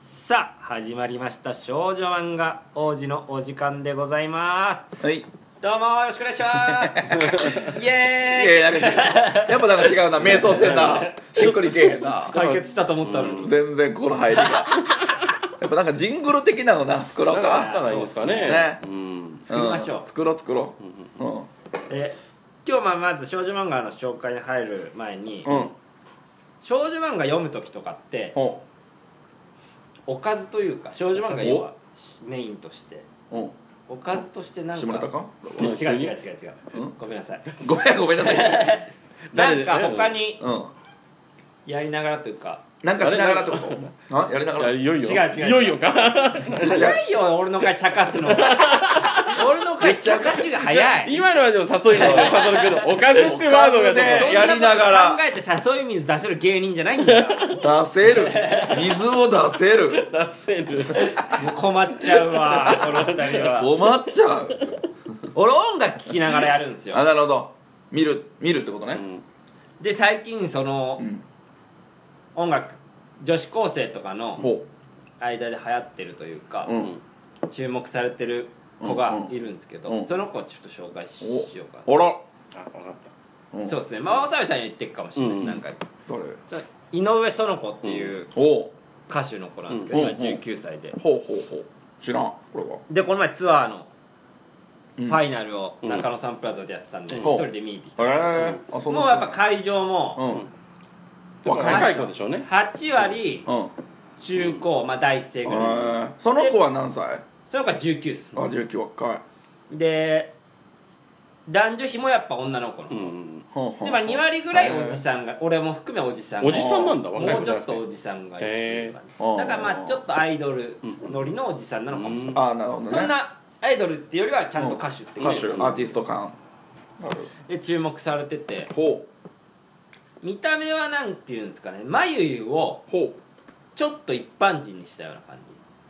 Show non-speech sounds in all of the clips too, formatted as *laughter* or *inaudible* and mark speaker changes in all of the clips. Speaker 1: さあ始まりました少女漫画王子のお時間でございます
Speaker 2: はい
Speaker 1: どうもよろしくお願いしますイエーイ
Speaker 2: えー、なんかやっぱなんか違うな迷走してんなしっくりけえへんな
Speaker 1: *laughs* 解決したと思ったのに、
Speaker 2: 全然この入りがやっぱなんかジングル的なのな作ろう
Speaker 3: あった
Speaker 2: から
Speaker 3: いいですかね
Speaker 2: ね
Speaker 3: うん
Speaker 1: 作りましょうん
Speaker 2: 作ろう作ろううん
Speaker 1: え今日まあまず少女漫画の紹介に入る前に、
Speaker 2: うん
Speaker 1: 少女漫画読む時とかって
Speaker 2: ほ
Speaker 1: おかずというか少女漫画要はメインとして
Speaker 2: ううん
Speaker 1: おかずとしてなん
Speaker 2: 下ネ
Speaker 1: か
Speaker 2: タか
Speaker 1: 違う違う違う違う、
Speaker 2: うん
Speaker 1: ごめんなさい
Speaker 2: ごめんごめんなさい *laughs*
Speaker 1: な
Speaker 3: 誰
Speaker 1: ん
Speaker 3: で
Speaker 1: か他に
Speaker 2: うん
Speaker 1: やりながらというか
Speaker 2: なんかしながらってことあやりながら
Speaker 3: いやいよいよ
Speaker 1: 違う違う
Speaker 3: いよいよか
Speaker 1: 早いよ俺の回茶化すの *laughs* 俺の回茶化しが早い
Speaker 3: 今のはでも誘いの *laughs* 誘るけどおかずってワードがちょ
Speaker 2: おか
Speaker 3: っ
Speaker 2: ずね
Speaker 3: と
Speaker 2: やりな
Speaker 1: そん
Speaker 2: がら
Speaker 1: なこと考えて誘い水出せる芸人じゃないんだよ
Speaker 2: 出せる水を出せる *laughs*
Speaker 3: 出せる
Speaker 1: もう困っちゃうわこの二人は
Speaker 2: 困っちゃう
Speaker 1: 俺音楽聴きながらやるんです
Speaker 2: あ
Speaker 1: よ
Speaker 2: なるほど見る見るってことね
Speaker 1: で最近その
Speaker 2: うん
Speaker 1: 音楽女子高生とかの
Speaker 2: ほ
Speaker 1: 間で流行ってるというか
Speaker 2: うう、ん
Speaker 1: 注目されてる子がいるんですけど、
Speaker 2: うんうん
Speaker 1: その子をちょっと紹介し
Speaker 2: お
Speaker 1: しようかな
Speaker 2: あら
Speaker 3: あ分かっ
Speaker 2: うん
Speaker 1: そうですねまあわさびさんに言ってるかもしれないです、
Speaker 3: うん
Speaker 1: なんか
Speaker 2: 誰
Speaker 1: ちょ井上園子っていう
Speaker 2: おう
Speaker 1: 歌手の子なんですけど、
Speaker 2: うんうん
Speaker 1: 今19歳で
Speaker 2: ほうほうほう知らんこれは
Speaker 1: でこの前ツアーの
Speaker 2: う
Speaker 1: フ
Speaker 2: ん
Speaker 1: ァイナルを
Speaker 3: うん
Speaker 1: 中野サンプラザでやってたんで
Speaker 3: うん
Speaker 1: 一人で見に行ってきたんです
Speaker 2: ええあ
Speaker 1: け
Speaker 2: そ
Speaker 1: ど
Speaker 2: ん
Speaker 1: もうやっぱ会場
Speaker 2: う
Speaker 1: も
Speaker 2: ん
Speaker 3: た
Speaker 2: 若い
Speaker 3: 若い子でしょうね
Speaker 1: 8割
Speaker 2: うん
Speaker 1: 中高まあ第一声ぐらい
Speaker 2: ええその子は何歳あ
Speaker 1: その子は19っす
Speaker 2: 19若い
Speaker 1: で男女比もやっぱ女の子の
Speaker 3: うん
Speaker 2: ほうほう
Speaker 1: でまあ2割ぐらいおじさんが俺も含めおじさんが
Speaker 3: おじさんなんだ
Speaker 1: も
Speaker 3: 若い子
Speaker 1: うち
Speaker 3: じ
Speaker 1: ょ
Speaker 3: ゃな
Speaker 1: っ
Speaker 3: くて
Speaker 1: とおじさんがいるっていう感じです
Speaker 2: へー
Speaker 1: だからまあちょっとアイドル乗りのおじさんなのかもしれない
Speaker 2: ああなるほどね
Speaker 1: そんなアイドルっていうよりはちゃんと歌手って
Speaker 2: 歌
Speaker 1: 感
Speaker 2: 手
Speaker 1: じ
Speaker 2: アーティスト感ある
Speaker 1: で注目されてて
Speaker 2: ほう
Speaker 1: 見た目はなんていうんですかね眉ゆを
Speaker 2: ほう
Speaker 1: ちょっと一般人にしたような感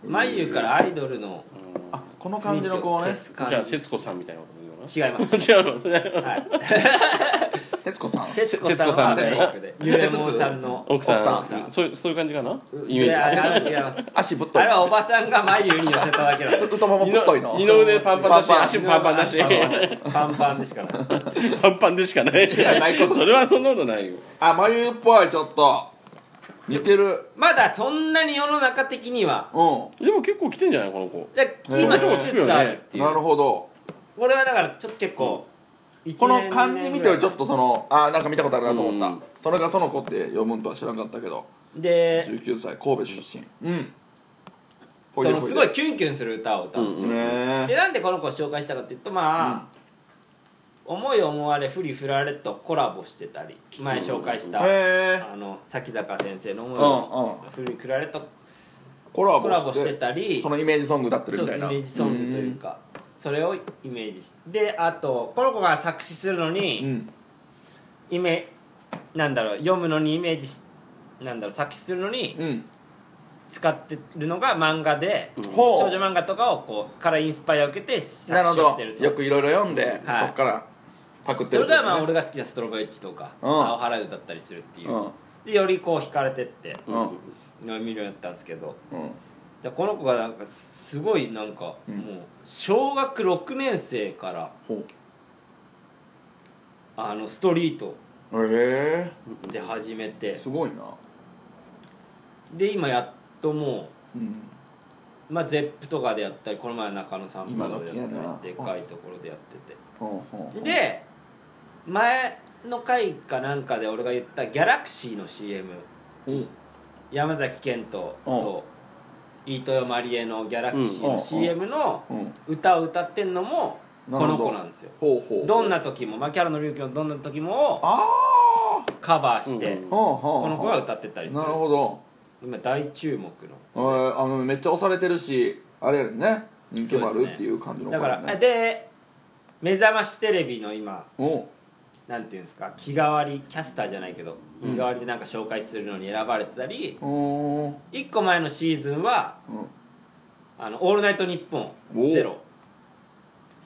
Speaker 1: じ眉ゆからアイドルの
Speaker 3: うん
Speaker 2: あこの
Speaker 1: 雰
Speaker 2: 感
Speaker 1: 囲
Speaker 2: じ
Speaker 1: 気
Speaker 2: の子
Speaker 1: を
Speaker 2: ね
Speaker 1: 消す
Speaker 3: じゃ
Speaker 1: 感
Speaker 3: あ
Speaker 1: じ
Speaker 3: 節子さんみたいなこと言う
Speaker 1: *laughs*
Speaker 3: の
Speaker 1: 違います
Speaker 3: 違うのそれ
Speaker 1: はい
Speaker 2: 徹子さん
Speaker 1: 節子さんは
Speaker 3: *laughs* 節子さんね
Speaker 1: メイクでゆえもんさんの
Speaker 3: 奥さん
Speaker 2: 奥
Speaker 1: さん
Speaker 3: そういうそういう感じかなイ
Speaker 1: い
Speaker 3: メ
Speaker 1: やあ
Speaker 3: ー
Speaker 1: れ
Speaker 3: ジ
Speaker 1: は
Speaker 3: *laughs*
Speaker 1: 違います
Speaker 2: 足ぶっと
Speaker 1: あ
Speaker 2: い
Speaker 1: れはおばさんが眉ゆに寄せただけなの
Speaker 2: 太ももぶっといの
Speaker 3: 二の腕パンパンだし足もパンパンだし
Speaker 1: パンパンでしかない
Speaker 3: パンパンでしかないそ
Speaker 2: やないこと
Speaker 3: れはそんなことないよ
Speaker 2: あ眉っぽいちょっと似てる
Speaker 1: まだそんなに世の中的には
Speaker 2: う
Speaker 3: でも結構来てんじゃないこの子
Speaker 1: で今来つつあるって
Speaker 2: ん
Speaker 1: い
Speaker 2: な
Speaker 1: う
Speaker 2: るほど
Speaker 1: 俺はだからちょっと結構一年
Speaker 2: この漢字見てはちょっとそのあーなんか見たことあるなと思った、
Speaker 3: うん
Speaker 2: それがその子って読むんとは知らんかったけど
Speaker 1: で
Speaker 2: 19歳神戸出身うん
Speaker 1: そのすごいキュンキュンする歌を歌うんですよ、
Speaker 2: ね
Speaker 1: でなんでこの子を紹介したかっていうとまあ、思い思われふりふられとコラボしてたり前紹介した、
Speaker 2: へえ
Speaker 1: あの崎坂先生の思い
Speaker 2: う
Speaker 1: ふ
Speaker 2: んうん
Speaker 1: りふられと
Speaker 2: コラボ
Speaker 1: コラボしてたり
Speaker 2: そのイメージソングだってる
Speaker 1: そう
Speaker 2: み
Speaker 1: で
Speaker 2: た
Speaker 1: すイ
Speaker 2: いな
Speaker 1: メージソングというかそれをイメージしてであとこの子が作詞するの
Speaker 2: うん、う
Speaker 1: に、
Speaker 2: ん
Speaker 1: イメなんだろう読むのにイメージしなんだろう作詞するのに
Speaker 2: うん
Speaker 1: 使ってるのが漫画で、
Speaker 3: うん
Speaker 2: ほう
Speaker 1: 少女漫画とかをこうからインスパイアを受けて作
Speaker 2: なるほ
Speaker 1: 詞をし
Speaker 2: ど
Speaker 1: てると
Speaker 2: よくいろいろ読んで、
Speaker 1: はい
Speaker 2: そっからパクって
Speaker 1: そ
Speaker 2: る
Speaker 1: れ
Speaker 2: っ
Speaker 1: が
Speaker 2: てことね
Speaker 1: まあ俺が好きなストロボエッジとか、
Speaker 2: うん
Speaker 1: 青原湯だったりするっていう、でよりこう惹かれてって
Speaker 2: うんうん
Speaker 1: 飲みるようになったんですけど
Speaker 2: うん
Speaker 1: でこの子がなんかすごいなんか、
Speaker 2: うん
Speaker 1: もう小学6年生から
Speaker 2: ほ
Speaker 1: あのストリート
Speaker 2: うへ
Speaker 1: で始め
Speaker 2: え
Speaker 1: て
Speaker 2: すごいな
Speaker 1: で今やっとも
Speaker 2: うん
Speaker 1: う、まあ、ゼップとかでやったりこの前は中野サンプラザでやっ
Speaker 2: 今時やな
Speaker 1: たりでかいところでやって
Speaker 2: ほうほうほ
Speaker 1: て
Speaker 2: う
Speaker 1: で前の回かなんかで俺が言ったギャラクシーの CM
Speaker 2: うん
Speaker 1: 山崎賢人と飯豊まりえのギャラクシー
Speaker 2: うん
Speaker 1: の
Speaker 2: うんうん
Speaker 1: CM の
Speaker 2: うん
Speaker 1: 歌を歌ってんのもこの子なんですよ
Speaker 2: ほうほう
Speaker 1: どんな時も、まあ、キャラの隆起のどんな時も
Speaker 2: ああ
Speaker 1: カバーして
Speaker 3: うん
Speaker 2: ほうほう
Speaker 1: この子が歌ってたりする
Speaker 2: なるほど
Speaker 1: 今大注目
Speaker 2: えーあのめっちゃ押されてるしあれやね人気もあ
Speaker 1: そうです
Speaker 2: る
Speaker 1: ね
Speaker 2: っていう感じ
Speaker 1: の
Speaker 2: の
Speaker 1: だから、
Speaker 2: ね
Speaker 1: で「目覚ましテレビ」の今
Speaker 2: おう
Speaker 1: なんていうんですか気代わりキャスターじゃないけど日替わりでなんか紹介するのに選ばれてたり、
Speaker 2: おー
Speaker 1: 一1個前のシーズンは
Speaker 2: うん
Speaker 1: 「あのオールナイトニッポン
Speaker 2: お
Speaker 1: ゼロ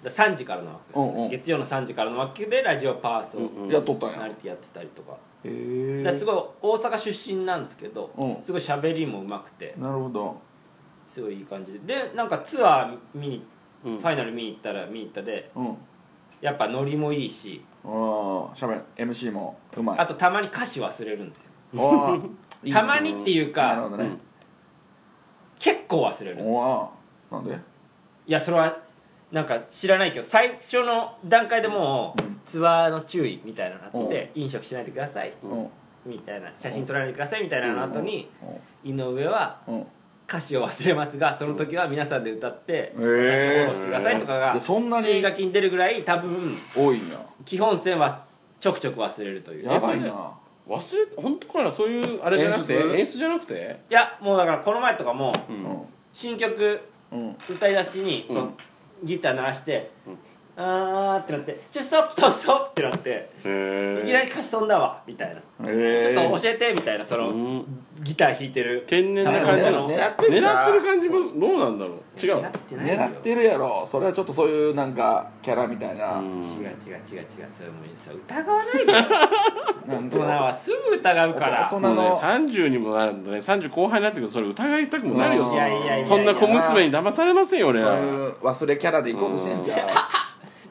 Speaker 1: だ3時からの枠ですね、
Speaker 2: うんうん
Speaker 1: 月曜の3時からの枠でラジオパーソ
Speaker 3: うんうん
Speaker 2: やっとったん
Speaker 1: ナリ
Speaker 2: や
Speaker 1: ティやってたりとか,、
Speaker 2: へえ
Speaker 1: すごい大阪出身なんですけど、
Speaker 2: うん
Speaker 1: すごい喋りもうまくて
Speaker 2: なるほど
Speaker 1: すごいいい感じででなんかツアー見に、
Speaker 3: うん
Speaker 1: ファイナル見に行ったら見に行ったで
Speaker 2: うん
Speaker 1: やっぱノリもいいし
Speaker 2: うんしゃべ MC もうまい
Speaker 1: あとたまに歌詞忘れるんですよ
Speaker 2: おーいい
Speaker 1: *laughs*
Speaker 2: ね
Speaker 1: たまにっていう
Speaker 2: なるほ
Speaker 1: か
Speaker 2: どね
Speaker 1: 結構忘れるんです
Speaker 2: お
Speaker 1: よ
Speaker 2: わなんで
Speaker 1: いやそれはなんか知らないけど最初の段階でもう
Speaker 2: うん
Speaker 1: ツアーの注意みたいなのあって飲食しないでください
Speaker 2: うん
Speaker 1: みたいな写真撮らないでくださいみたいなの後に
Speaker 2: う
Speaker 1: 井上は
Speaker 2: んうん
Speaker 1: 歌詞を忘れますがその時は皆さんで歌って私
Speaker 2: へ
Speaker 1: をフ
Speaker 2: ー
Speaker 1: ォローしてくださいとかが
Speaker 2: でそんなに
Speaker 1: 注意書きに出るぐらい多分
Speaker 2: 多いんや
Speaker 1: 基本線はちょくちょく忘れるという
Speaker 2: やばい
Speaker 3: え
Speaker 2: な
Speaker 3: 忘れ本当からそういうあれじゃなくて
Speaker 2: 演出
Speaker 3: 演出じゃなくて
Speaker 1: いやもうだからこの前とかも
Speaker 3: う
Speaker 2: うんん
Speaker 1: 新曲
Speaker 2: うん
Speaker 1: 歌い出しに
Speaker 3: うん
Speaker 1: ギター鳴らして
Speaker 3: うん
Speaker 1: 「あー」ってなって「ちょストップストップストップ」ってなって
Speaker 3: へ
Speaker 1: 「
Speaker 3: え
Speaker 1: いきなり歌詞飛んだわ」みたいな「ちょっ
Speaker 2: え
Speaker 1: と教えて」みたいなそのギター弾いてる
Speaker 3: 天然な
Speaker 1: サウン
Speaker 3: 感じ
Speaker 1: ド
Speaker 3: の
Speaker 1: の
Speaker 2: 狙ってる
Speaker 3: 狙ってる感じもどうなんだろう違う
Speaker 1: 狙ってないよ
Speaker 2: 狙ってるやろそれはちょっとそういうなんかキャラみたいな、
Speaker 3: うん
Speaker 1: 違う違う違う違うそれもうさ疑わないでよ
Speaker 2: な
Speaker 1: 大
Speaker 2: ん
Speaker 1: 人はすぐ疑うから
Speaker 2: 大人
Speaker 3: もうね
Speaker 2: の
Speaker 3: 30にもなるんだね30後半になってくるとそれ疑いたくもなる
Speaker 2: うん
Speaker 3: よ
Speaker 1: いやいやいや
Speaker 3: そんな小娘に騙されませんよ俺
Speaker 2: そう
Speaker 3: ら
Speaker 2: いう忘れキャラでいこうとしてんじゃん
Speaker 1: だか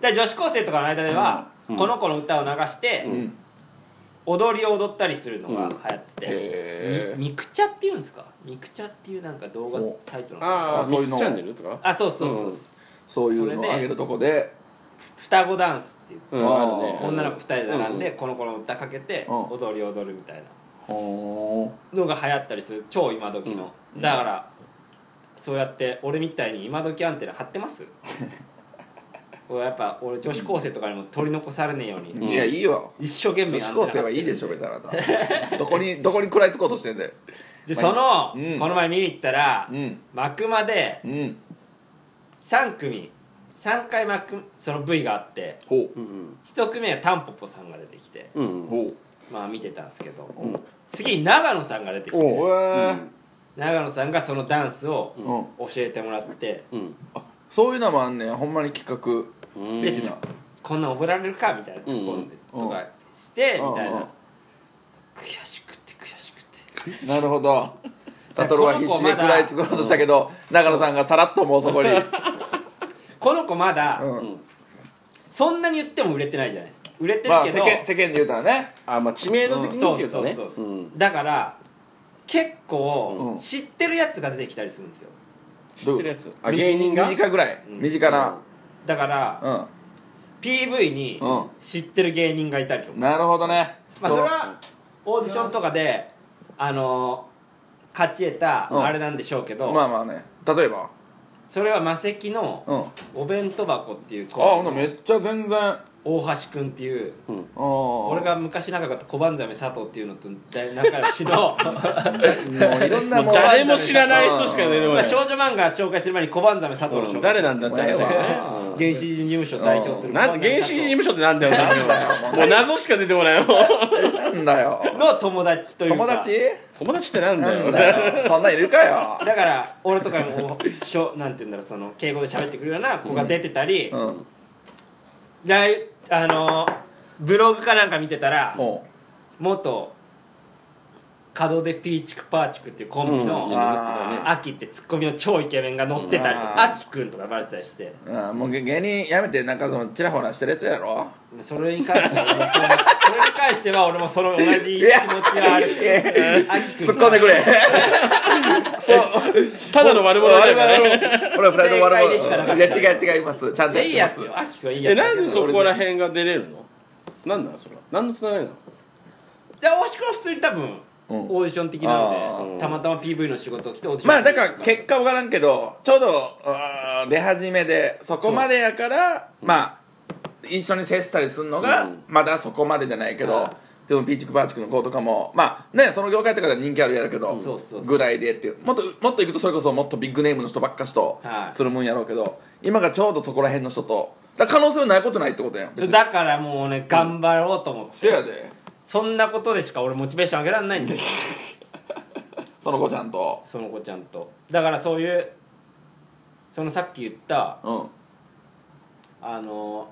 Speaker 1: ら女子高生とかの間では、
Speaker 3: うん
Speaker 1: この子の歌を流して、
Speaker 2: うん
Speaker 1: 踊りを踊ったりするの
Speaker 3: う
Speaker 1: が
Speaker 3: ん
Speaker 1: 流行ってて、
Speaker 2: へ
Speaker 1: みミクチャっていうんですかミクチャっていうなんか動画サイトのあ
Speaker 3: ああ
Speaker 2: そう
Speaker 3: ミ
Speaker 2: いう
Speaker 3: ッ
Speaker 2: の
Speaker 3: クスチャンネルとか
Speaker 1: そうそうそう、
Speaker 3: うん
Speaker 2: そういうのをあげるとこで
Speaker 1: 双子ダンスっていう、
Speaker 3: うんあるね
Speaker 1: 女の子2人で並んで、
Speaker 3: う
Speaker 1: この子の歌かけて、
Speaker 2: うん
Speaker 1: 踊りを踊るみたいな
Speaker 2: ほ
Speaker 1: のが流行ったりする超今時の、
Speaker 2: うん
Speaker 1: だからそうやって俺みたいに今時アンテナ張ってます
Speaker 2: *laughs*
Speaker 1: これやっぱ俺女子高生とかにも取り残されねえように、
Speaker 2: ーいやいいよ
Speaker 1: 一生懸命
Speaker 2: 女
Speaker 1: アンテナ張
Speaker 2: 子
Speaker 1: ってる
Speaker 2: 高生はいいでしょ別にあなたどこにどこに食らいつこうとしてんだよ
Speaker 1: でその、
Speaker 2: うん
Speaker 1: この前見に行ったら、
Speaker 2: うん
Speaker 1: 幕間で
Speaker 2: うん
Speaker 1: 3組3回幕その V があって
Speaker 2: ほう
Speaker 3: うん
Speaker 1: 1組はタンポポさんが出てきて
Speaker 3: うんうん
Speaker 2: ほう
Speaker 1: まあ見てたんですけど、
Speaker 2: ん
Speaker 1: 次に長野さんが出てき
Speaker 2: ほう
Speaker 1: て
Speaker 2: へー
Speaker 1: 長野さんがそのダンスを
Speaker 2: うん
Speaker 1: 教えてもらって、
Speaker 3: うん
Speaker 2: そういうのもあんねんほんまに企画
Speaker 3: うん
Speaker 1: で
Speaker 2: 的な
Speaker 1: こんなん覚えられるかみたいな突っ込んで
Speaker 2: うん
Speaker 1: とかして、
Speaker 2: うん
Speaker 1: みたいな、
Speaker 2: うん
Speaker 1: 悔しくて悔しくて
Speaker 2: なるほど悟は必死で食らいつこうとしたけど長野さんがさらっともうそこに
Speaker 1: この子まだ、
Speaker 2: うん
Speaker 1: そんなに言っても売れてないじゃないですか売れてる
Speaker 2: まあ
Speaker 1: け
Speaker 2: 世
Speaker 1: ど、
Speaker 2: 間世間で言うたらね
Speaker 3: あまあ知名度的に
Speaker 1: そ
Speaker 3: っ
Speaker 1: う
Speaker 3: ていう
Speaker 1: そ
Speaker 3: か
Speaker 1: う
Speaker 3: ね
Speaker 1: そうそう、
Speaker 3: うん
Speaker 1: だから結
Speaker 2: う
Speaker 1: 構
Speaker 2: ん
Speaker 1: 知ってるやつが出てきたりするんですよ
Speaker 2: 知
Speaker 3: ってるやつあ芸人が
Speaker 2: 身近ぐらい
Speaker 1: うん
Speaker 2: 身近な
Speaker 1: だから
Speaker 2: う
Speaker 1: PV に
Speaker 2: うん
Speaker 1: 知ってる芸人がいたりとか、
Speaker 2: んなるほどね
Speaker 1: まあそれはオーディションとかであのー勝ち得た
Speaker 2: うん
Speaker 1: あれなんでしょうけど、
Speaker 2: まあまあね例えば
Speaker 1: それはマセキの
Speaker 2: うんあ
Speaker 1: お弁当箱っていう子
Speaker 2: ほんとめっちゃ全然あ
Speaker 1: 大橋君っていう
Speaker 3: うん
Speaker 2: あ
Speaker 1: 俺が昔仲良かった小判ザメ佐藤っていうのと大仲良しの
Speaker 2: もういろんな
Speaker 3: も
Speaker 2: も
Speaker 3: う
Speaker 2: う
Speaker 3: 誰も知らない人しか出てこ
Speaker 1: ま
Speaker 3: な
Speaker 1: あ
Speaker 3: い
Speaker 1: 少女漫画紹介する前に小判ザメ佐藤の紹介
Speaker 3: うん誰なんだって話だよね
Speaker 2: お前
Speaker 3: うん
Speaker 1: 原始人事務所代表する
Speaker 3: なん原始事務所ってなんだよなもう謎しか出てこないよ
Speaker 2: なんだよ
Speaker 1: の友達というか
Speaker 2: 友達
Speaker 3: *laughs* 友達ってなんだ
Speaker 2: なん
Speaker 3: よ
Speaker 2: だよそんなんいるかよ
Speaker 1: だから俺とかにもお *laughs* しょなんて言うんだろうその敬語で喋ってくるような子が出てたり、
Speaker 2: うん
Speaker 1: ライあのブログかなんか見てたら
Speaker 2: も
Speaker 1: 元門出ピーチクパーチクっていうコンビの、
Speaker 3: うん
Speaker 2: あ
Speaker 1: 秋ってツッコミの超イケメンが乗ってたりと
Speaker 2: う
Speaker 1: か
Speaker 2: ん
Speaker 1: 秋くんとかバレてたりして
Speaker 2: ううんもう芸人やめてなんかそのちらほらしてるやつやろ
Speaker 1: それに関しては俺もそのそれに関しては俺もその同じ気持ちはあるけど秋くん
Speaker 2: 突っ込んでくれ
Speaker 3: ただの悪者だよね
Speaker 2: 俺はプライド悪
Speaker 1: 正解でしかなか
Speaker 2: 者
Speaker 1: っ
Speaker 2: い
Speaker 1: た
Speaker 2: や違う違いますちゃんと
Speaker 1: いい
Speaker 2: や
Speaker 1: や
Speaker 2: っ
Speaker 1: つ
Speaker 2: てます
Speaker 1: よ秋くんはいいや
Speaker 3: え
Speaker 1: つだ
Speaker 3: な
Speaker 1: け
Speaker 3: ん
Speaker 1: ど
Speaker 3: でそこら辺が出れるのなんなんそれは何のつながりなの
Speaker 1: で大橋くんは普通に多分
Speaker 2: うん
Speaker 1: オーディション的な
Speaker 2: あ
Speaker 1: の
Speaker 3: ー
Speaker 1: でたまたま PV の仕事を来てオーディション
Speaker 2: まあだから結果分からんけどちょうどあー出始めでそこまでやからまあ一緒に接したりするのが、
Speaker 3: うん
Speaker 2: まだそこまでじゃないけ
Speaker 1: は
Speaker 2: ど
Speaker 1: い
Speaker 2: でもピーチクパーチクの子とかもまあねその業界とかでは人気あるやろうけど
Speaker 1: そうそうそう
Speaker 2: ぐらいでっていうもっともっといくとそれこそもっとビッグネームの人ばっかしと
Speaker 1: はい
Speaker 2: つるむんやろうけど今がちょうどそこら辺の人とだから可能性はないことないってことやん
Speaker 1: そうだからもうね頑張ろうと思って
Speaker 2: せやで
Speaker 1: そんなことでしか俺モチベーション上げられないんだよ
Speaker 2: その子ちゃんと
Speaker 1: その子ちゃんとだからそういうそのさっき言った
Speaker 2: うん
Speaker 1: あの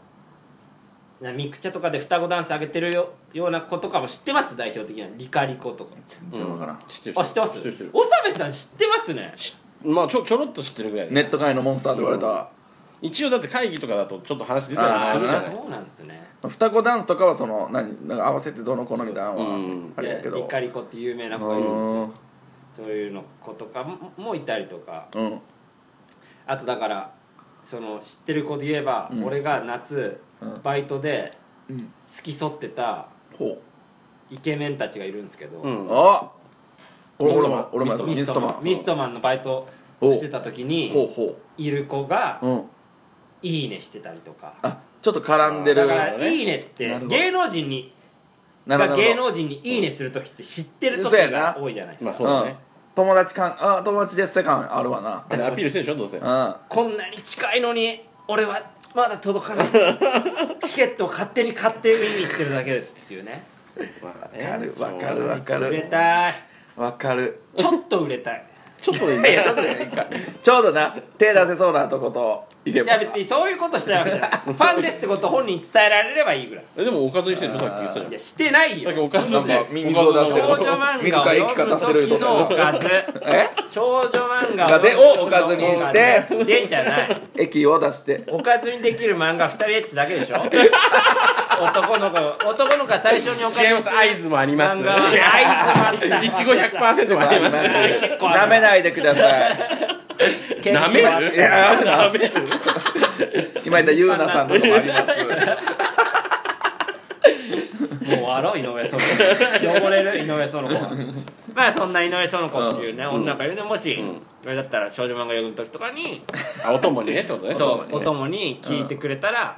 Speaker 1: なミクチャとかで双子ダンス上げてるよような子とかも知ってます代表的なリカリコとか
Speaker 2: 全然分からん
Speaker 3: 知ってる
Speaker 1: あ知ってます
Speaker 3: 知ってる知ってる
Speaker 1: おさめさん知ってますね
Speaker 3: 知っまあちょちょろっと知ってるぐらいで
Speaker 2: ネット界のモンスターと言われた、
Speaker 3: 一応だって会議とかだとちょっと話出たり
Speaker 2: あ
Speaker 3: するじゃ
Speaker 2: ー
Speaker 3: ない
Speaker 1: そうなんですね
Speaker 2: 双子ダンスとかはその何なんか合わせてどうのこうのみたいなの
Speaker 3: そうそうう
Speaker 2: は
Speaker 3: ん
Speaker 2: あれやけど
Speaker 1: リカリコって有名な子がいるんですよそういうの子とかももいたりとか
Speaker 2: うんうん
Speaker 1: あとだからその知ってる子で言えば、
Speaker 2: うん
Speaker 1: 俺が夏
Speaker 2: うん
Speaker 1: バイトで
Speaker 2: うん
Speaker 1: 付き添ってた
Speaker 2: ほ
Speaker 1: イケメンたちがいるんですけど、
Speaker 3: うん
Speaker 2: うあ俺
Speaker 3: ミスト
Speaker 2: 俺
Speaker 3: マン
Speaker 2: も俺もやった
Speaker 1: ミ
Speaker 2: ミ
Speaker 1: ス
Speaker 2: ス
Speaker 1: ト
Speaker 2: ト
Speaker 1: マ
Speaker 2: マ
Speaker 1: ン
Speaker 2: ン
Speaker 1: ミストマンのバイト
Speaker 2: お
Speaker 1: してた時
Speaker 2: ほう
Speaker 1: に
Speaker 2: ほ
Speaker 1: いる子が
Speaker 2: ううん
Speaker 1: 「いいね」してたりとか
Speaker 2: あちょっと絡んで
Speaker 1: だか
Speaker 2: る
Speaker 1: ら「
Speaker 2: ない
Speaker 1: いね」って
Speaker 2: なるほど
Speaker 1: 芸能人に
Speaker 2: るほ
Speaker 1: が
Speaker 2: ど
Speaker 1: 芸能人に「いいね」する時って知ってる時
Speaker 2: そうやな
Speaker 1: が多いじゃないです
Speaker 3: まあ
Speaker 1: か
Speaker 3: そうだね、
Speaker 2: 友達感あ友達です世感あるわな
Speaker 3: あれアピールしてるでしょどうせ
Speaker 2: う
Speaker 1: こんなに近いのに俺はまだ届
Speaker 2: *laughs*
Speaker 1: かないチケットを勝手に買って見に行ってるだけですっていうね
Speaker 3: わ
Speaker 2: んわかるわかるわか
Speaker 1: 売れ
Speaker 2: る
Speaker 1: たい
Speaker 2: わかる
Speaker 1: ちょっと売れたい
Speaker 3: ちょっとでいいん
Speaker 2: いやちょ
Speaker 3: だ
Speaker 2: っとね一回 *laughs* ちょうどな手出せそうなとこといけ
Speaker 1: い
Speaker 2: ば
Speaker 1: や別にそういうことしたいわけじゃないファンですってことを本人に伝えられればいいぐらい
Speaker 3: えでもおかずにしてるでしょさっき言って
Speaker 1: い
Speaker 3: たじ
Speaker 1: やしてない
Speaker 3: ゃんさっき
Speaker 1: よ
Speaker 3: おかず
Speaker 2: なん
Speaker 3: で
Speaker 2: か水を出し
Speaker 1: 少
Speaker 2: てる
Speaker 1: 女漫画を読む時のおかず
Speaker 2: え
Speaker 1: 少女漫画読む時の
Speaker 2: がでをおかずにして
Speaker 1: でじゃない
Speaker 2: 液を出して
Speaker 1: おかずにできる漫画二人エッチだけでしょ男の子男の子が最初におかずに
Speaker 3: 違います合図もあります
Speaker 1: 漫画は合図もあった
Speaker 3: いちご100%もあります
Speaker 1: 結構ある
Speaker 2: 舐めないでください
Speaker 1: 結構あ
Speaker 3: 舐める
Speaker 2: いや
Speaker 3: ダメ
Speaker 2: 今言ったゆうなさんのとこもあります
Speaker 1: もう終わろう井上園子汚れる井上園子はまあそんな井上園子っていうね、女がいるのでもし、
Speaker 3: ん
Speaker 1: それだったら少女漫画読む時とかに、
Speaker 3: あお供にねってことね
Speaker 1: そうお
Speaker 3: ね
Speaker 1: 供に聞いてくれたら、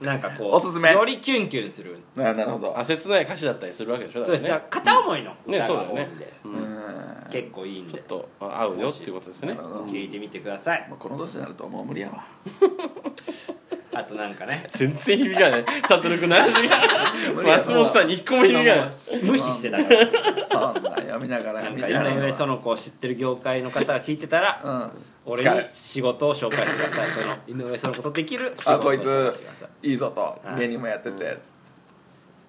Speaker 1: なんかこう
Speaker 2: おすすめ
Speaker 1: よりキュンキュンする
Speaker 2: ななるほど
Speaker 3: あ切ない歌詞だったりするわけでしょだ
Speaker 1: そ
Speaker 3: か
Speaker 1: う
Speaker 3: ら
Speaker 1: ですね片思いの
Speaker 3: ね
Speaker 1: 歌
Speaker 3: そうだ
Speaker 1: が多
Speaker 3: よ
Speaker 1: い
Speaker 3: ね
Speaker 1: んで、
Speaker 3: う
Speaker 2: うん
Speaker 3: ん
Speaker 1: 結構いいんで
Speaker 3: とあ合うよっていうことですね
Speaker 2: なるほど
Speaker 1: 聞いてみてください
Speaker 2: もうこの年になるともう無理やわ
Speaker 1: あとなんかね
Speaker 3: 全然響かないサトル君の話
Speaker 2: 無理
Speaker 3: が
Speaker 2: や
Speaker 3: 松本さんに一個も響かない
Speaker 1: 今もう無視してたから
Speaker 2: そんなん *laughs* やめながら
Speaker 1: なん
Speaker 2: み
Speaker 1: か
Speaker 2: た
Speaker 1: 井
Speaker 2: いな
Speaker 1: 上園子を知ってる業界の方が聞いてたら
Speaker 2: うん
Speaker 1: 俺に仕事を紹介してくださいその井上園子とできる仕事
Speaker 2: あ
Speaker 1: を
Speaker 2: こい
Speaker 1: 紹介
Speaker 2: つ
Speaker 1: してください
Speaker 2: いいぞと
Speaker 1: はい
Speaker 2: 芸人もやってて
Speaker 1: っ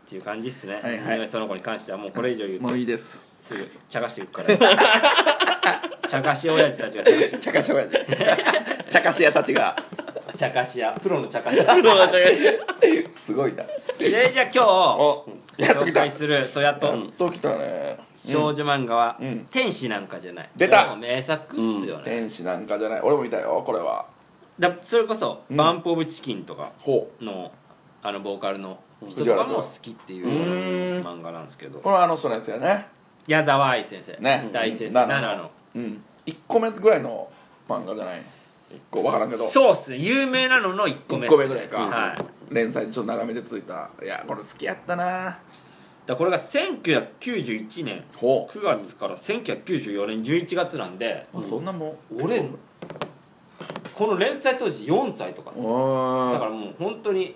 Speaker 1: ていう感じっすね、
Speaker 2: はいはい
Speaker 1: 井上園子に関してはもうこれ以上言う
Speaker 2: も
Speaker 1: と
Speaker 2: ういいです
Speaker 1: すぐ茶化していくから茶化し親父たちが茶化し
Speaker 2: 茶化し親父 *laughs* 茶化し屋たちが
Speaker 1: 茶化し屋プロの茶化し屋
Speaker 2: すごいな
Speaker 1: でじゃあ今
Speaker 2: お
Speaker 1: 日
Speaker 2: やっと
Speaker 1: 紹
Speaker 2: きた
Speaker 1: 介する「そやと
Speaker 2: やっときたね
Speaker 1: 少女漫画」は
Speaker 2: うん
Speaker 1: 天使なんかじゃない
Speaker 2: 出た
Speaker 1: もう名作っすよね、
Speaker 2: 天使なんかじゃない俺も見たよこれは
Speaker 1: だそれこそ「
Speaker 2: うん
Speaker 1: バンプ・オブ・チキン」とか
Speaker 2: ほう
Speaker 1: のあのボーカルの人とかも好きっていう
Speaker 2: うん
Speaker 1: 漫画なんですけど
Speaker 2: これはあの人のやつやね
Speaker 1: 矢沢愛先生、
Speaker 2: ね
Speaker 1: 大先生
Speaker 2: 奈良
Speaker 1: 奈良の
Speaker 2: うん1個目ぐらいの漫画じゃないの1個分からんけど
Speaker 1: そうっすね有名なのの1個目っ
Speaker 2: 1
Speaker 1: す
Speaker 2: 個目ぐらいか、
Speaker 1: はい
Speaker 2: 連載でちょっと長めで続いたいやこれ好きやったな
Speaker 1: だからこれが1991年
Speaker 2: ほ
Speaker 1: 9月から1994年11月なんで
Speaker 2: う、そんなもん
Speaker 1: 俺この連載当時4歳とかっすだ
Speaker 2: お
Speaker 1: からもう本当に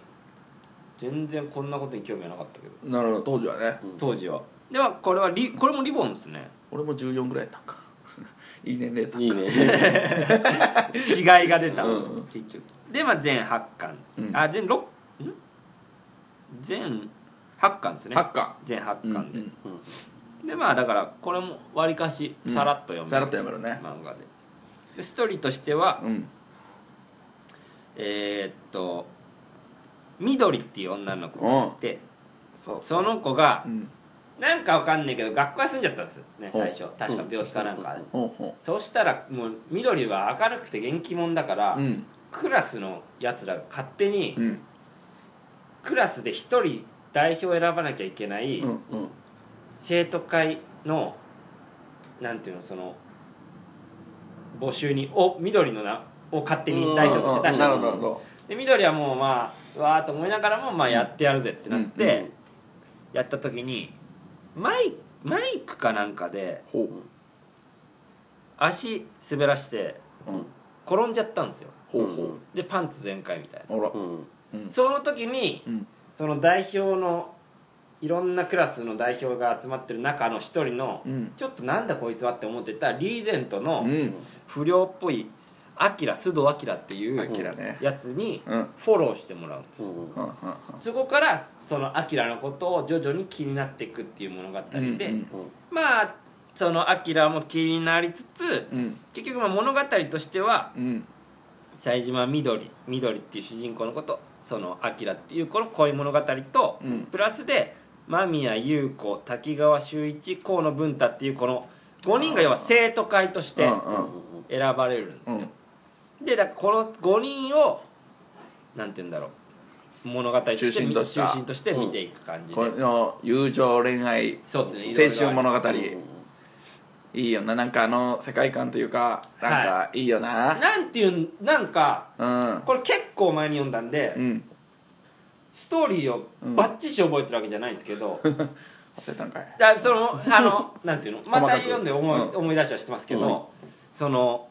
Speaker 1: 全然こんなことに興味はなかったけど
Speaker 2: なるほど当時はね
Speaker 1: 当時はではこれはリこれもリボンです
Speaker 2: *laughs*
Speaker 1: ね
Speaker 2: 俺も14ぐらいやったんか *laughs* いい年齢だ
Speaker 3: *laughs* いいね
Speaker 1: 違いが出た、
Speaker 2: うん
Speaker 1: 結局でまあ全8巻、
Speaker 2: うん
Speaker 1: あ全6ん全8巻ですね
Speaker 2: 八巻
Speaker 1: 全8巻で、
Speaker 2: うん
Speaker 1: でまあだからこれもわりかしさらっと読める、
Speaker 2: さらっとやめるね
Speaker 1: 漫画ででストーリーとしては、
Speaker 2: うん
Speaker 1: えーっと緑っていう女の子
Speaker 2: うん
Speaker 1: がいて
Speaker 2: そう
Speaker 1: その子が
Speaker 2: うん
Speaker 1: なんかわかんないけど学校休んじゃったんですよね
Speaker 2: うん
Speaker 1: 最初確か病気かなんかで
Speaker 2: ほうほ
Speaker 1: そうしたらもう緑は明るくて元気者だから、
Speaker 2: ううん
Speaker 1: クラスのやつらが勝手に
Speaker 2: うん
Speaker 1: クラスで一人代表を選ばなきゃいけない
Speaker 2: うんうん
Speaker 1: 生徒会のなんていうのその募集にお緑の名を勝手に代表として出し
Speaker 2: な
Speaker 1: た
Speaker 2: る
Speaker 1: ん
Speaker 2: ほ
Speaker 1: で
Speaker 2: どな
Speaker 1: す
Speaker 2: る
Speaker 1: よ
Speaker 2: ほ
Speaker 1: で緑はもうまあうわーと思いながらもまあやってやるぜってなって、
Speaker 2: うん
Speaker 1: やった時にマイマイクかなんかで
Speaker 2: どほ
Speaker 1: 足滑らして転んじゃったんですよ
Speaker 2: うほうほ
Speaker 1: でパンツ全開みたいう
Speaker 2: あら
Speaker 1: なその時に
Speaker 2: うん
Speaker 1: その代表のいろんなクラスの代表が集まってる中の一人の、
Speaker 2: うん
Speaker 1: ちょっとなんだこいつはって思ってたリーゼントの
Speaker 2: うん
Speaker 1: 不良っぽいアキラ須藤アキラってい
Speaker 2: あ
Speaker 1: う
Speaker 2: きらね
Speaker 1: やつに
Speaker 2: うんうん
Speaker 1: フォローしてもらう
Speaker 2: うん
Speaker 1: そこからそのアキラのことを徐々に気になっていくっていう物語で、
Speaker 2: うんうん
Speaker 1: まあそのアキラも気になりつつ
Speaker 2: うん
Speaker 1: 結局まあ物語としては
Speaker 2: うん
Speaker 1: 冴島みどりみどりっていう主人公のことそのアキラっていうこの恋物語と
Speaker 2: うん
Speaker 1: プラスで間宮優子滝川秀一河野文太っていうこの5人が要は生徒会として
Speaker 2: うんうん
Speaker 1: 選ばれるんですよ、
Speaker 2: うん
Speaker 1: でだからこの5人をなんて言うんだろう物語として
Speaker 2: 中心とした
Speaker 1: 中心として見ていく感じで、
Speaker 2: この友情恋愛
Speaker 1: そうですねいろい
Speaker 2: 青
Speaker 1: ろある
Speaker 2: 春物語いいよななんかあの世界観というかなんかいいよな、
Speaker 1: なんていうんなんか
Speaker 2: うん
Speaker 1: これ結構前に読んだんで、
Speaker 2: うん
Speaker 1: ストーリーをバッチし覚えてるわけじゃないんですけど、
Speaker 2: 忘れたんかい
Speaker 1: だそのあ
Speaker 2: *laughs*
Speaker 1: のなんていうのま
Speaker 2: 細
Speaker 1: た
Speaker 2: かく
Speaker 1: 読んで思い,、
Speaker 2: うん
Speaker 1: 思い出しはしてますけど、
Speaker 2: うん
Speaker 1: その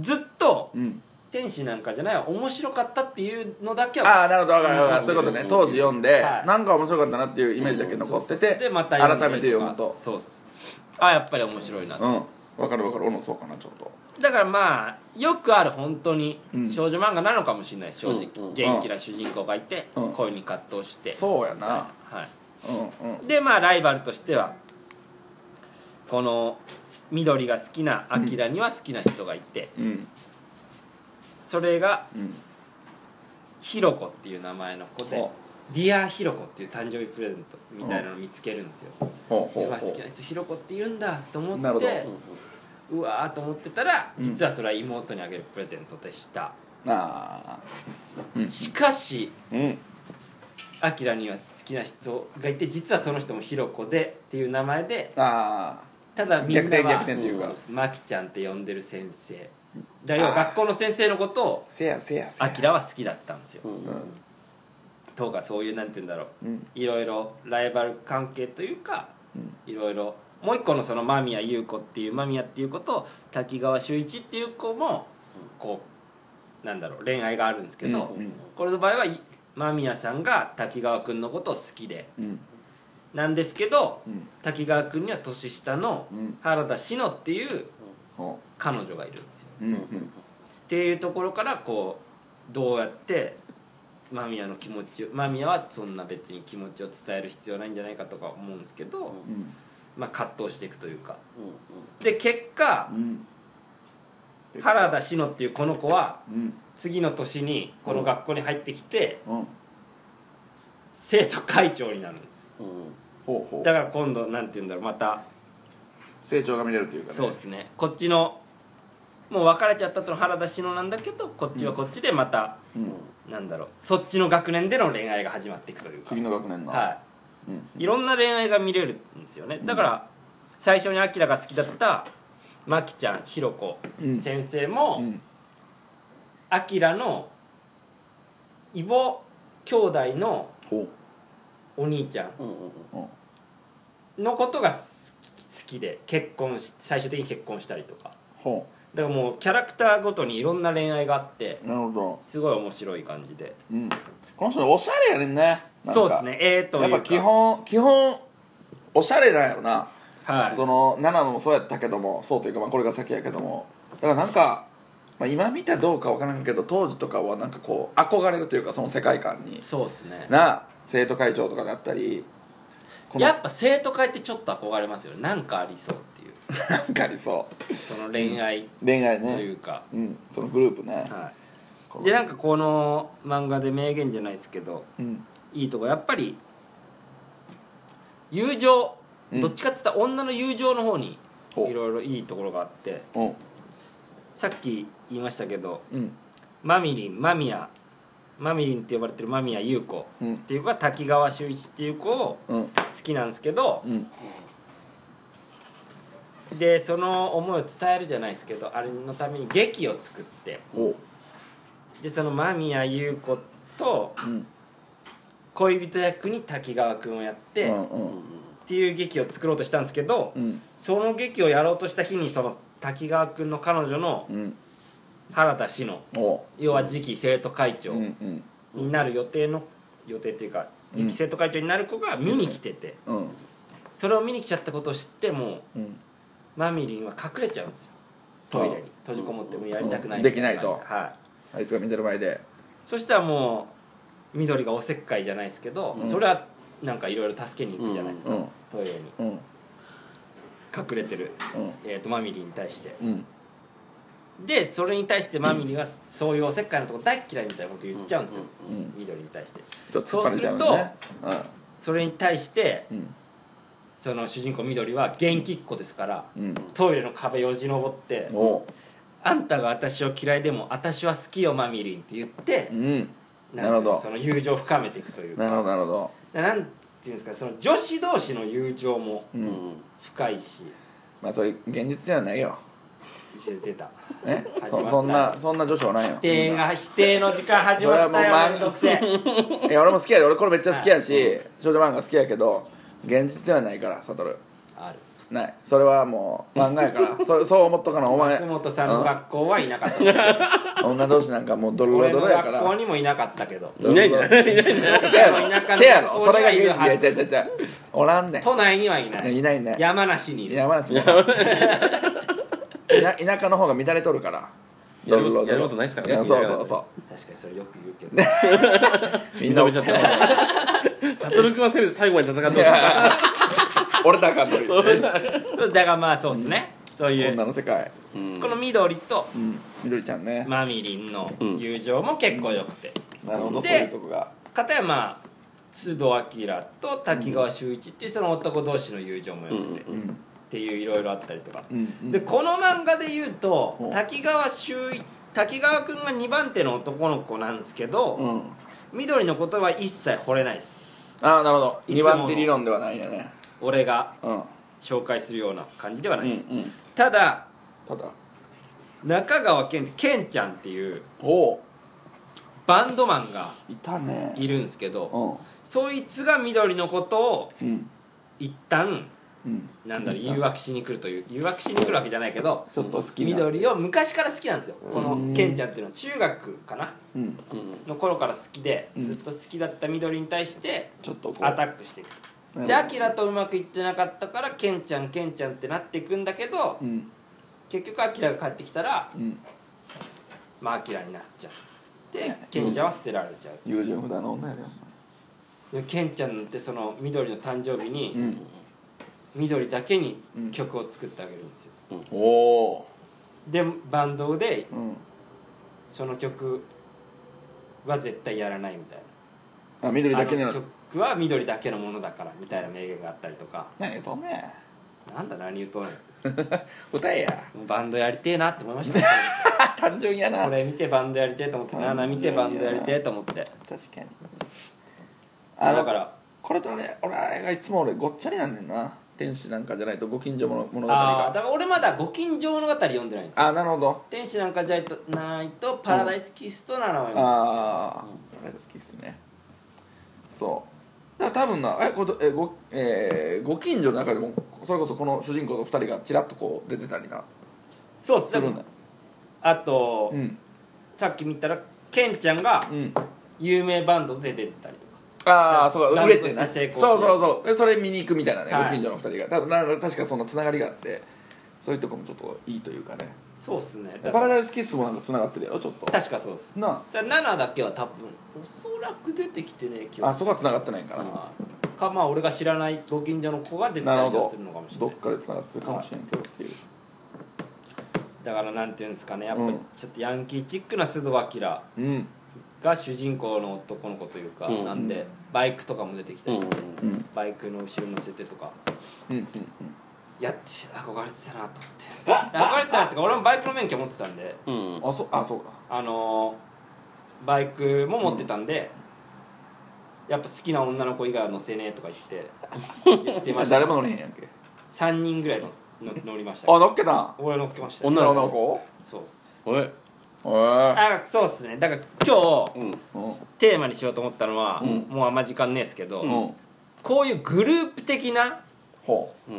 Speaker 1: ずっと
Speaker 2: うん
Speaker 1: 天使なんかじゃない面白かったっていうのだけは
Speaker 2: ああなるほどわかるわか
Speaker 1: う
Speaker 2: る
Speaker 1: ん
Speaker 2: そういうことね当時読んで、
Speaker 1: はい
Speaker 2: なんか面白かったなっていうイメージだけ残ってて、
Speaker 1: でまた
Speaker 2: 改
Speaker 1: 読ん
Speaker 2: め
Speaker 1: で
Speaker 2: て読むと
Speaker 1: そうっすあやっぱり面白いな、
Speaker 2: うんわかるわかる俺もそうかなちょっと
Speaker 1: だからまあよくある本当に
Speaker 2: うん
Speaker 1: 少女漫画なのかもしれないです正直、
Speaker 3: うんうん
Speaker 1: 元気な主人公がいて、
Speaker 2: うん
Speaker 1: 恋に葛藤して、
Speaker 2: そうやな
Speaker 1: は
Speaker 2: うんうん
Speaker 1: い、でまあライバルとしてはこの緑が好きなアキラには好きな人がいて、
Speaker 2: うん
Speaker 1: それが
Speaker 2: うん
Speaker 1: ひろこっていう名前の子で
Speaker 2: ほ
Speaker 1: 「ディアひろこっていう誕生日プレゼントみたいなのを見つけるんですよ、
Speaker 2: ほうほ
Speaker 1: う
Speaker 2: う
Speaker 1: わ
Speaker 2: ほ
Speaker 1: 好
Speaker 2: う
Speaker 1: きな人ひろこっているんだと思
Speaker 2: な
Speaker 1: っ
Speaker 2: るほ
Speaker 1: て
Speaker 2: ど
Speaker 1: うわーと思ってたら
Speaker 2: うん
Speaker 1: 実はそれは妹にあげるプレゼントでした、
Speaker 2: あーうん
Speaker 1: しかし
Speaker 2: うん
Speaker 1: アキラには好きな人がいて実はその人もひろこでっていう名前で
Speaker 2: あ
Speaker 1: ただみんなは
Speaker 2: 逆転逆転というか
Speaker 1: そですマキちゃんって呼んでる先生だから要は学校の先生のことを
Speaker 2: ーせやせやせや
Speaker 1: アキラは好きだったんですよ
Speaker 2: うん
Speaker 1: とかそういうなんて言うんだろう
Speaker 2: うん
Speaker 1: いろいろライバル関係というか
Speaker 2: うん
Speaker 1: いろいろもう一個のその間宮優子っていう間宮っていう子と滝川秀一っていう子もこうなんだろう恋愛があるんですけど、
Speaker 2: うん
Speaker 1: これの場合はい間宮さんが滝川君のことを好きで
Speaker 2: うん
Speaker 1: なんですけど
Speaker 2: うん
Speaker 1: 滝川君には年下の
Speaker 2: うん
Speaker 1: 原田志乃っていう
Speaker 2: ほ
Speaker 1: 彼女がいるんですよ。
Speaker 2: ううんうん
Speaker 1: っていうところからこうどうやって間宮の気持ちを間宮はそんな別に気持ちを伝える必要ないんじゃないかとか思うんですけど、
Speaker 2: うん
Speaker 1: まあ、葛藤していくというかで結果
Speaker 2: うん
Speaker 1: 原田志乃っていうこの子は
Speaker 2: うん
Speaker 1: 次の年にこの学校に入ってきて
Speaker 2: うん
Speaker 1: 生徒会長になるんですよ
Speaker 2: ほうほ
Speaker 1: だ
Speaker 2: う
Speaker 1: から今度なんて言うんだろうまた
Speaker 2: 成長が見れるというかね
Speaker 1: そうですねこっちのもう別れちゃったとの原田志乃なんだけどこっちはこっちでまた、
Speaker 2: うん
Speaker 1: なんだろうそっちの学年での恋愛が始まっていくというか
Speaker 2: 次の学年の
Speaker 1: はいい、いろんな恋愛が見れるんですよねだから最初にアキラが好きだったマキちゃんひろこ
Speaker 2: うん
Speaker 1: 先生も、
Speaker 2: うん
Speaker 1: アキラのイボ兄弟の
Speaker 2: ほう
Speaker 1: お兄ちゃ
Speaker 2: ほ
Speaker 1: んのことが好き好きで結婚し最終的に結婚したりとか
Speaker 2: うほ
Speaker 1: だからもうキャラクターごとにいろんな恋愛があって
Speaker 2: うなるほど
Speaker 1: すごい面白い感じで
Speaker 2: うんこの人おしゃれやねんねなんか
Speaker 1: そうですねええとい
Speaker 2: や
Speaker 1: う
Speaker 2: っ
Speaker 1: か
Speaker 2: ぱ基本基本おしゃれなんやろな
Speaker 1: はい
Speaker 2: その奈々もそうやったけどもそうというか、まあ、これが先やけどもだからなんか、まあ、今見たどうかわからんけど当時とかはなんかこう憧れるというかその世界観に
Speaker 1: そうですね
Speaker 2: な生徒会長とかだったりこの
Speaker 1: やっぱ生徒会ってちょっと憧れますよねなんかありそうっていう
Speaker 2: なんかありそ
Speaker 1: その恋愛
Speaker 2: う恋愛
Speaker 1: とい
Speaker 2: ね
Speaker 1: うか、
Speaker 2: うんそのグループね
Speaker 1: はい、
Speaker 2: この
Speaker 1: でなんかこの漫画で名言じゃないですけど
Speaker 2: うん
Speaker 1: いいとこやっぱり友情、
Speaker 2: うん
Speaker 1: どっちかって言ったら女の友情の方に
Speaker 2: ほう
Speaker 1: いろいろいいところがあって
Speaker 2: うん
Speaker 1: さっき言いましたけど
Speaker 2: うん
Speaker 1: マミリンマミヤマミリンって呼ばれてる間宮優子
Speaker 2: う
Speaker 1: っ
Speaker 2: ん
Speaker 1: ていう子が滝川秀一っていう子を
Speaker 2: うん
Speaker 1: 好きなんですけど
Speaker 2: うん
Speaker 1: でその思いを伝えるじゃないですけどあれのために劇を作って
Speaker 2: ほ
Speaker 1: でその間宮優子と
Speaker 2: ううん
Speaker 1: 恋人役に滝川君をやって、
Speaker 2: う
Speaker 1: っ
Speaker 2: んうん
Speaker 1: ていう劇を作ろうとしたんですけど、
Speaker 2: うん
Speaker 1: その劇をやろうとした日にその滝川君の彼女の
Speaker 2: うん
Speaker 1: 原田志乃
Speaker 2: ほ
Speaker 1: 要は次期生徒会
Speaker 2: う
Speaker 1: 長
Speaker 2: うんうん
Speaker 1: になる予定の予定っていうか
Speaker 2: うん
Speaker 1: 次期生徒会長になる子が見に来てて
Speaker 2: うん
Speaker 1: それを見に来ちゃったことを知っても
Speaker 2: うん
Speaker 1: うマミリンは隠れちゃうんですよトイレに閉じこもってもやりたくない
Speaker 2: うんできないと
Speaker 1: はい
Speaker 2: あいつが見てる前で
Speaker 1: そしたらもう緑がおせっかいじゃないですけど
Speaker 2: うん
Speaker 1: それはなんかいろいろ助けに行くじゃないです
Speaker 2: う
Speaker 1: か
Speaker 2: ん
Speaker 1: トイレに
Speaker 2: うん
Speaker 1: 隠れてる、えー、とマミリに対して
Speaker 2: うんうん
Speaker 1: でそれに対してマミリはそういうおせっかいなとこ大っ嫌いみたいなこと言っちゃうんですよ、
Speaker 2: うんうん
Speaker 1: 緑に対して
Speaker 2: ちょっと突っ張れちゃうのね
Speaker 1: それに対して
Speaker 2: うん
Speaker 1: その主人公緑は元気っ子ですから
Speaker 2: うん
Speaker 1: トイレの壁よじ登って
Speaker 2: うんお
Speaker 1: 「あんたが私を嫌いでも私は好きよマミリン」って言って
Speaker 2: うん
Speaker 1: んていうの
Speaker 2: なるほど
Speaker 1: その友情を深めていくというか
Speaker 2: なるほどなるほど
Speaker 1: なんていうんですかその女子同士の友情も
Speaker 2: うん
Speaker 1: 深いし
Speaker 2: まあそういう現実ではないよ
Speaker 1: 出た
Speaker 2: ね
Speaker 1: 始まっ
Speaker 2: そ
Speaker 1: た
Speaker 2: そんなそんな女子はないよ
Speaker 1: 否定が否定の時間始まったよ
Speaker 2: それはもう漫画
Speaker 1: めんどくせえ
Speaker 2: いや俺も好きやで俺これめっちゃ好きやし、少女漫画好きやけど現実ではないから悟る
Speaker 1: あ
Speaker 2: *laughs*
Speaker 1: る
Speaker 2: ないそれはもう漫画やからそそう思っとかなお前
Speaker 1: 松本さんの学校はいなかった
Speaker 2: 女同士なんかもうドロ
Speaker 1: 俺
Speaker 2: ド
Speaker 1: の
Speaker 2: ロやか
Speaker 1: 学校
Speaker 2: ら
Speaker 1: にもいなかったけど
Speaker 2: ドロドロ
Speaker 3: いないんじゃないいないんじゃない
Speaker 2: せやろせやろそれが唯一いやいやいやいやおらんねん
Speaker 1: 都内にはいない
Speaker 2: いないね
Speaker 1: 山梨にいる
Speaker 2: 山梨も田田舎の方が乱れとるから
Speaker 3: やる
Speaker 2: ドロドロ
Speaker 3: やることないっすからね
Speaker 2: やそうそうそ
Speaker 1: 確かにそれよく言うけど
Speaker 2: うみんな
Speaker 3: 認めちゃったサトル君はせめて最後まで戦ってほしかっ
Speaker 2: 俺だから
Speaker 3: *laughs*
Speaker 1: *laughs*
Speaker 2: こ
Speaker 1: だからまあそうっすね、そうい
Speaker 2: 女
Speaker 1: う
Speaker 2: の世界
Speaker 3: たうん
Speaker 1: この緑と
Speaker 2: うんみどりちゃんね
Speaker 1: マミリンの友情も結構良くて、
Speaker 2: なるほど
Speaker 1: で
Speaker 2: そういうとこが
Speaker 1: 片山須藤明と滝川秀一っていうその男同士の友情も良くて、
Speaker 3: う
Speaker 2: うん
Speaker 1: っ
Speaker 2: ん
Speaker 1: ていういろいろあったりとか、
Speaker 2: うんうん
Speaker 1: でこの漫画で言うと
Speaker 2: うん
Speaker 1: 滝川秀一滝川君が2番手の男の子なんですけど、
Speaker 2: うん
Speaker 1: 緑のことは一切惚れないです
Speaker 2: ああなるほど
Speaker 1: いつもの
Speaker 2: 2番手理論ではないよね
Speaker 1: 俺が
Speaker 2: うん
Speaker 1: 紹介するような感じではな
Speaker 2: うん
Speaker 1: いうです、
Speaker 2: ん
Speaker 1: ただ
Speaker 2: ただ
Speaker 1: 中川健健ちゃんっていう
Speaker 2: おお
Speaker 1: バンドマンが
Speaker 2: いたね
Speaker 1: いるんですけ
Speaker 2: う
Speaker 1: ど
Speaker 2: ん
Speaker 1: そいつが緑のことを
Speaker 2: うん
Speaker 1: 一旦
Speaker 2: うん
Speaker 1: なんだろう誘惑しに来るという誘惑しに来るわけじゃないけど
Speaker 2: ちょっと好きな
Speaker 1: 緑を昔から好きなんですよこ
Speaker 2: うん
Speaker 1: のケンちゃんっていうのは中学かな
Speaker 2: うん
Speaker 3: うん
Speaker 1: の頃から好きで
Speaker 2: うん
Speaker 1: ずっと好きだった緑に対して
Speaker 2: ちょっとこう
Speaker 1: アタックしていくでア
Speaker 2: なるほ
Speaker 1: キラとうまくいってなかったからケンちゃんケンちゃんってなっていくんだけど
Speaker 2: どうん
Speaker 1: 結局アキラが帰ってきたら
Speaker 2: うん
Speaker 1: まあアキラになっちゃうでケンちゃんは捨てられちゃう
Speaker 2: 友情不断の女やで
Speaker 1: でケンちゃんってその緑の誕生日に
Speaker 2: お前うん
Speaker 1: 緑だけに曲を作ってあげるんですよ
Speaker 2: おお
Speaker 1: でバンドで
Speaker 2: うん
Speaker 1: その曲は絶対やらないみたい
Speaker 2: あ緑
Speaker 1: な
Speaker 2: だけに
Speaker 1: あ
Speaker 2: は
Speaker 1: の曲は緑だけのものだからみたいな名言があったりとか
Speaker 2: 何言うとん *laughs* ね
Speaker 1: なんだ何言うとんねん
Speaker 2: ん歌えや
Speaker 1: もうバンドやりてえなって思いました
Speaker 2: *laughs* あ *laughs* 単純やな
Speaker 1: これ見てバンドやりてえと思ってナナ見てバンドやりてえと思って
Speaker 2: 確かに
Speaker 1: だ
Speaker 2: あだ
Speaker 1: か
Speaker 2: から
Speaker 1: ら
Speaker 2: これと俺俺がいつも俺ごっちゃになんねんな天使なんかじゃないとご近所物物語
Speaker 1: ああーだか
Speaker 2: が
Speaker 1: ら俺まだ「ご近所物語」読んでないんですよ
Speaker 2: あなるほど
Speaker 1: 「天使なんかじゃないとパラダイスキスとナナは読んでます
Speaker 2: ああ俺が好きですねそうだから多分なえこれとえご,、えーご近所の中でもそれこそこの主人公の2人がちらっとこう出てたりな
Speaker 1: そうっす
Speaker 2: するんだ
Speaker 1: あと、
Speaker 2: うん
Speaker 1: さっき見たらケンちゃんが
Speaker 2: うん
Speaker 1: 有名バンドで出てたりとか
Speaker 2: ああそうか
Speaker 1: ラ
Speaker 2: 売
Speaker 1: ブ
Speaker 2: れてな
Speaker 1: して成功して
Speaker 2: そうそうそうでそれ見に行くみたいなね、
Speaker 1: はい
Speaker 2: ご近所の2人が多分なんか確かそんなつながりがあってそういうとこもちょっといいというかね
Speaker 1: そうっすねだか
Speaker 2: パラ
Speaker 1: ら
Speaker 2: ダイスキスもなんかつながってるやろちょっと
Speaker 1: 確かそうっす
Speaker 2: な
Speaker 1: だから7だけは多分おそらく出てきてねえ気
Speaker 2: ああ
Speaker 1: は
Speaker 2: そこはつながってないんかな
Speaker 1: あーかまあ俺が知らないご近所の子が出てた
Speaker 2: なる
Speaker 1: り
Speaker 2: ほ
Speaker 1: は
Speaker 2: ど
Speaker 1: するのかもしれ
Speaker 2: ど
Speaker 1: ない
Speaker 2: っ
Speaker 1: です
Speaker 2: かでつながってるかもしれんけどっていう
Speaker 1: だからなんていうんですかねやっぱ
Speaker 2: う
Speaker 1: り
Speaker 2: ん
Speaker 1: ちょっとヤンキーチックな須藤明
Speaker 2: うん
Speaker 1: が主人公の男の子というか、
Speaker 3: うん
Speaker 1: なんでバイクとかも出てきたりして、
Speaker 2: うんうん
Speaker 1: バイクの後ろ乗せてとか
Speaker 2: うんうん
Speaker 1: やって憧れてたなと思って *laughs* 憧れてたなってか俺もバイクの免許持ってたんで
Speaker 3: うん
Speaker 2: あそあそうか
Speaker 1: あのーバイクも持ってたんで、やっぱ好きな女の子以外は乗せねえとか言って言ってました
Speaker 2: 誰も乗れへんやんけ
Speaker 1: 3人ぐらいのの乗りました
Speaker 2: あ乗っけたん
Speaker 1: 俺乗っけました
Speaker 3: 女
Speaker 2: 女
Speaker 3: の
Speaker 2: の子
Speaker 1: そうっす
Speaker 3: おい
Speaker 2: へえ
Speaker 1: あそうっすねだから今日
Speaker 3: うん
Speaker 1: テーマにしようと思ったのは、
Speaker 3: うん
Speaker 1: もうあんま時間ねえですけど、
Speaker 2: うんうん
Speaker 1: こういうグループ的な
Speaker 2: ほう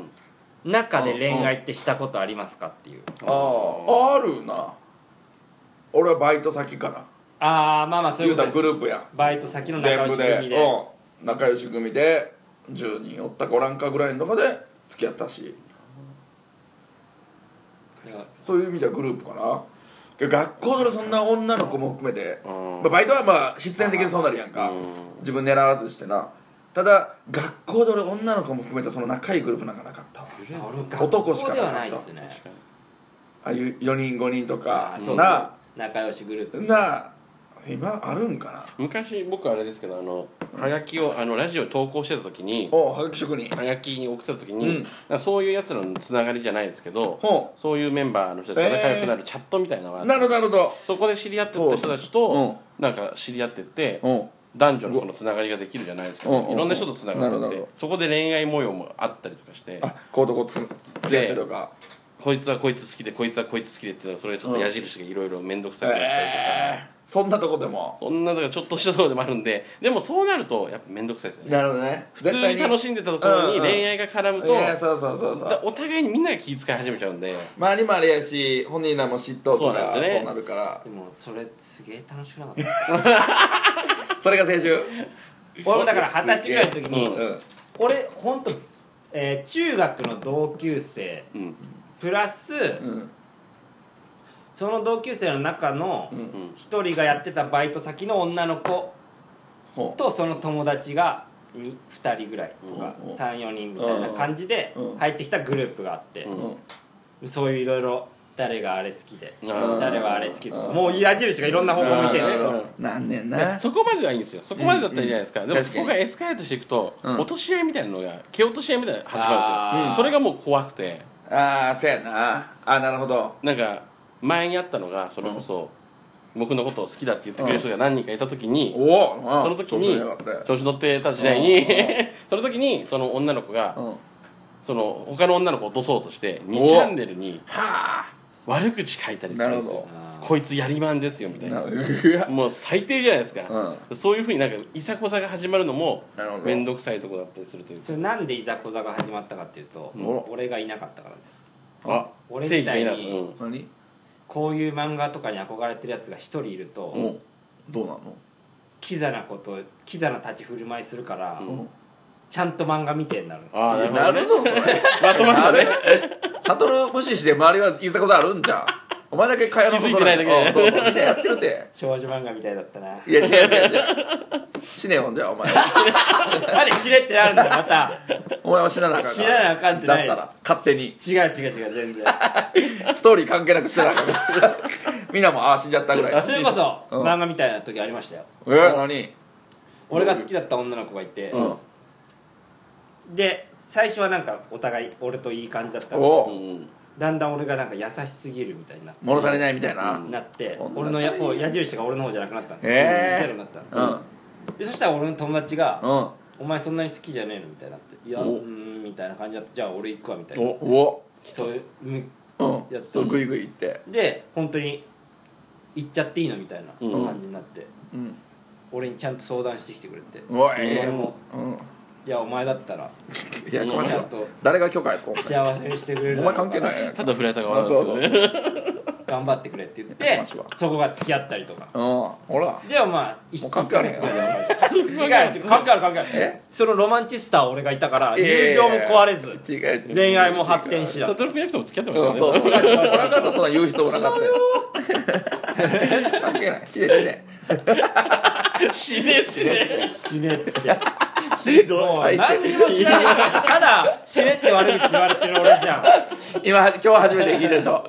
Speaker 3: うん
Speaker 1: 中で恋愛ってしたことありますかっていう
Speaker 2: あああるな俺はバイト先から
Speaker 1: ああまあまあそうい
Speaker 2: 言
Speaker 1: う
Speaker 2: う
Speaker 1: こ
Speaker 2: た
Speaker 1: とで
Speaker 2: らグ
Speaker 1: す
Speaker 2: ループやん
Speaker 1: バイト先の仲
Speaker 2: 全
Speaker 1: 良し
Speaker 2: 部
Speaker 1: 組
Speaker 2: で
Speaker 1: で
Speaker 2: うん仲良し組で10人おったかおらんかぐらいの中で付き合ったしそういう意味ではグループかなで学校でそんな女の子も含めて、
Speaker 3: うん
Speaker 2: まあバイトはまあ必然的にそうなるやんか、
Speaker 3: うん
Speaker 2: 自分狙わずしてなただ学校で俺女の子も含めてその仲いいグループなんかなかったわ
Speaker 1: 俺も
Speaker 2: 男しか
Speaker 1: 学校ではないですね
Speaker 2: ああいう4人5人とか
Speaker 1: あそう
Speaker 2: な
Speaker 1: そう仲良しグループ
Speaker 2: な今あるんかな
Speaker 3: 昔僕あれですけどあのはがきをあのラジオ投稿してた時に
Speaker 2: おはがき職人
Speaker 3: はがきに送ってた時
Speaker 2: う
Speaker 3: に、
Speaker 2: ん
Speaker 3: だからそういうやつらのつながりじゃないですけど
Speaker 2: ほ
Speaker 3: そういうメンバーの人たちが仲良くなるチャットみたいなのがあっ
Speaker 2: う
Speaker 3: て
Speaker 2: なるほどなるほど
Speaker 3: そこで知り合ってった人たちと、なんか知り合ってって、
Speaker 2: うん
Speaker 3: 男女のそのつながりができるじゃないですか、
Speaker 2: うんうんうん
Speaker 3: いろんな人とつながって
Speaker 2: なるほ
Speaker 3: て
Speaker 2: ど
Speaker 3: そこで恋愛模様もあったりとかして
Speaker 2: あこうとこつ付き合ってとか
Speaker 3: こいつはこいつ好きでこいつはこいつ好きでってそれちょっと矢印がいろいろ面倒くさくなったりとか、
Speaker 2: えーそんなとこでも
Speaker 3: そんなだからちょっとしたところでもあるんででもそうなるとやっぱ面倒くさいですよね
Speaker 2: るほどね
Speaker 3: 普通に楽
Speaker 2: い
Speaker 3: しんでたところに
Speaker 2: うんうん
Speaker 3: 恋愛が絡むと、
Speaker 2: いやそうそうそうそう
Speaker 3: お互いにみんなが気遣い始めちゃうんで
Speaker 2: 周りもあれやし本人らも嫉妬
Speaker 3: そ
Speaker 2: と
Speaker 3: うな
Speaker 2: か
Speaker 3: んですよね
Speaker 2: そうなるから
Speaker 1: でもそれすげえ楽しくなかった
Speaker 2: それが青春
Speaker 1: *laughs* 俺もだから二十歳ぐらいの時に、
Speaker 3: うん
Speaker 2: うん
Speaker 1: 俺ほんと、えー中学の同級生
Speaker 3: うん
Speaker 1: プラス、
Speaker 2: うん
Speaker 1: その同級生の中の
Speaker 2: うん
Speaker 3: うん
Speaker 1: 一人がやってたバイト先の女の子
Speaker 2: ほう
Speaker 1: とその友達が2人ぐらいとか
Speaker 2: うん
Speaker 1: 34人みたいな感じで
Speaker 2: うん
Speaker 1: 入ってきたグループがあって、
Speaker 3: うん
Speaker 2: うん
Speaker 1: そういういろいろ誰があれ好きで
Speaker 3: あー
Speaker 1: 誰はあれ好きとか
Speaker 2: うん
Speaker 1: もう矢印がいろんな方向見て
Speaker 3: う
Speaker 1: ね
Speaker 3: ん
Speaker 2: なるほど
Speaker 3: うん
Speaker 2: なんねんな
Speaker 3: そこまではいいんですよそこまでだったらいいじゃないですか、
Speaker 2: ん
Speaker 3: でも
Speaker 2: 確
Speaker 3: そ
Speaker 2: かに
Speaker 3: こがエスカレートしていくと、
Speaker 2: うん
Speaker 3: 落とし合いみたいなのが蹴落とし合いみたいなのが始まるんです
Speaker 1: あ
Speaker 3: よ
Speaker 1: ー
Speaker 3: それがもう怖くて
Speaker 2: ああそうやなあーなるほど
Speaker 3: なんか前にあったのがそれこそ、僕のことを好きだって言ってくれる人が何人かいた時に、
Speaker 2: おお
Speaker 3: その時に調子乗ってた時代に、
Speaker 2: うんう
Speaker 3: *laughs* その時にその女の子が、
Speaker 2: うんは
Speaker 3: その他の女の子を落とそうとして
Speaker 2: お
Speaker 3: 2チャンネルに
Speaker 2: あ
Speaker 3: 悪口書いたりするん
Speaker 2: な
Speaker 3: です
Speaker 2: る
Speaker 3: よ
Speaker 2: ほ
Speaker 1: あー
Speaker 3: こいつやりまんですよみたい
Speaker 2: な
Speaker 3: な
Speaker 2: うわ
Speaker 3: もう最低じゃないですか、そういうふうになんかいさこさが始まるのも
Speaker 2: なるほど
Speaker 3: 面倒くさいとこだったりするというか
Speaker 1: それなんでいざこざが始まったかっていうと、
Speaker 2: うん
Speaker 1: 俺がいなかったからです
Speaker 3: あ
Speaker 1: 俺みたいに
Speaker 3: 正義がいなうん
Speaker 2: 何
Speaker 1: こういう漫画とかに憧れてるやつが一人いると、
Speaker 2: おどうなの
Speaker 1: キザなことキザな立ち振る舞いするから、
Speaker 3: うん
Speaker 1: ちゃんと漫画見てになるんです
Speaker 3: あー
Speaker 2: な
Speaker 3: な
Speaker 2: る
Speaker 3: る
Speaker 2: ほどそれ
Speaker 3: まとまった
Speaker 2: あ
Speaker 3: ね
Speaker 2: れ悟る無視して周りはいざことあるんじゃんお前だけ会話のこと
Speaker 3: 気づいてないだけ
Speaker 2: うんそうそうみんなやってるて
Speaker 1: 少女漫画みたいだったな
Speaker 2: いや違う違う違う死ねよじゃあお前
Speaker 1: なんで知れってなるんだよまた
Speaker 2: お前は死ななあかん
Speaker 1: 知らなあかんって
Speaker 2: だっ
Speaker 1: ない
Speaker 2: たら勝手に
Speaker 1: 違う違う違う
Speaker 2: *laughs*
Speaker 1: 全然
Speaker 2: ストーリー関係なく死ななあかん *laughs* みんなもああ死んじゃったぐらい
Speaker 1: それこそ、
Speaker 2: うん
Speaker 1: 漫画みたいな時ありましたよ
Speaker 2: え何
Speaker 1: 俺が好きだった女の子がいて、
Speaker 2: うん
Speaker 1: で最初はなんかお互い俺といい感じだったんですけど
Speaker 2: お
Speaker 3: う
Speaker 2: お
Speaker 3: ん
Speaker 1: だんだん俺がなんか優しすぎるみたいになって
Speaker 2: 物足りないみたいな
Speaker 1: なって
Speaker 2: うん
Speaker 1: 俺のやこう矢印が俺の方じゃなくなったんですよ、
Speaker 2: へー
Speaker 1: ゼロになったんです
Speaker 2: う
Speaker 1: よ、
Speaker 2: ん
Speaker 1: でそしたら俺の友達が
Speaker 2: うん
Speaker 1: 「お前そんなに好きじゃねえの?」みたいになって「いやう
Speaker 3: お
Speaker 1: ーん」みたいな感じだったじゃあ俺行くわ」みたいな
Speaker 2: お
Speaker 1: そういううん
Speaker 2: おう
Speaker 1: やっ
Speaker 2: ん
Speaker 1: た
Speaker 2: そうグイグイ行って
Speaker 1: で本当に「行っちゃっていいの?」みたいな
Speaker 3: うん
Speaker 1: 感じになって、
Speaker 2: うん
Speaker 1: 俺にちゃんと相談してきてくれて「
Speaker 2: おい
Speaker 1: 俺も
Speaker 2: うん
Speaker 1: いやお前だったら
Speaker 2: いや困っ
Speaker 1: ち
Speaker 2: た
Speaker 1: ゃんと
Speaker 2: 誰が許可やとお前
Speaker 1: 幸せにしてくれる
Speaker 2: お
Speaker 1: だろ
Speaker 2: 前
Speaker 1: うから
Speaker 2: 関係ないやん
Speaker 3: ただ触れた側
Speaker 2: あ
Speaker 3: なん
Speaker 2: そ
Speaker 3: で
Speaker 2: う
Speaker 3: す
Speaker 2: そう
Speaker 3: け
Speaker 2: う
Speaker 3: ど
Speaker 2: ん
Speaker 3: ね
Speaker 1: 頑張ってくれ」って言っ
Speaker 2: やって
Speaker 1: て
Speaker 2: ますわ
Speaker 1: そこが付き合ったりとか
Speaker 2: ほら
Speaker 1: ではまあ一
Speaker 2: もう
Speaker 1: 一
Speaker 2: 関
Speaker 1: ヶ
Speaker 2: 係ある
Speaker 1: 月
Speaker 2: や
Speaker 1: ぐ
Speaker 2: ん
Speaker 1: らいで別れた違う違
Speaker 2: *laughs*
Speaker 1: う関係ある関係ある
Speaker 2: え
Speaker 1: そのロマンチスターは俺がいたから友情も壊れず
Speaker 2: いやいや違う
Speaker 1: 恋愛も発展しだ
Speaker 3: タ
Speaker 1: った
Speaker 3: トルクなくても付き合ってま
Speaker 2: う
Speaker 3: し
Speaker 2: ん
Speaker 3: た
Speaker 2: そう
Speaker 3: よね
Speaker 2: 違う違う俺かったそんな言う必要もなかったよ関係ない死ね死ね
Speaker 3: 死ね死ね
Speaker 1: 死ねってひどい何にも知らない話ただ死ねって悪口言われてる俺じゃん
Speaker 2: 今今日初めて聞いたでしょ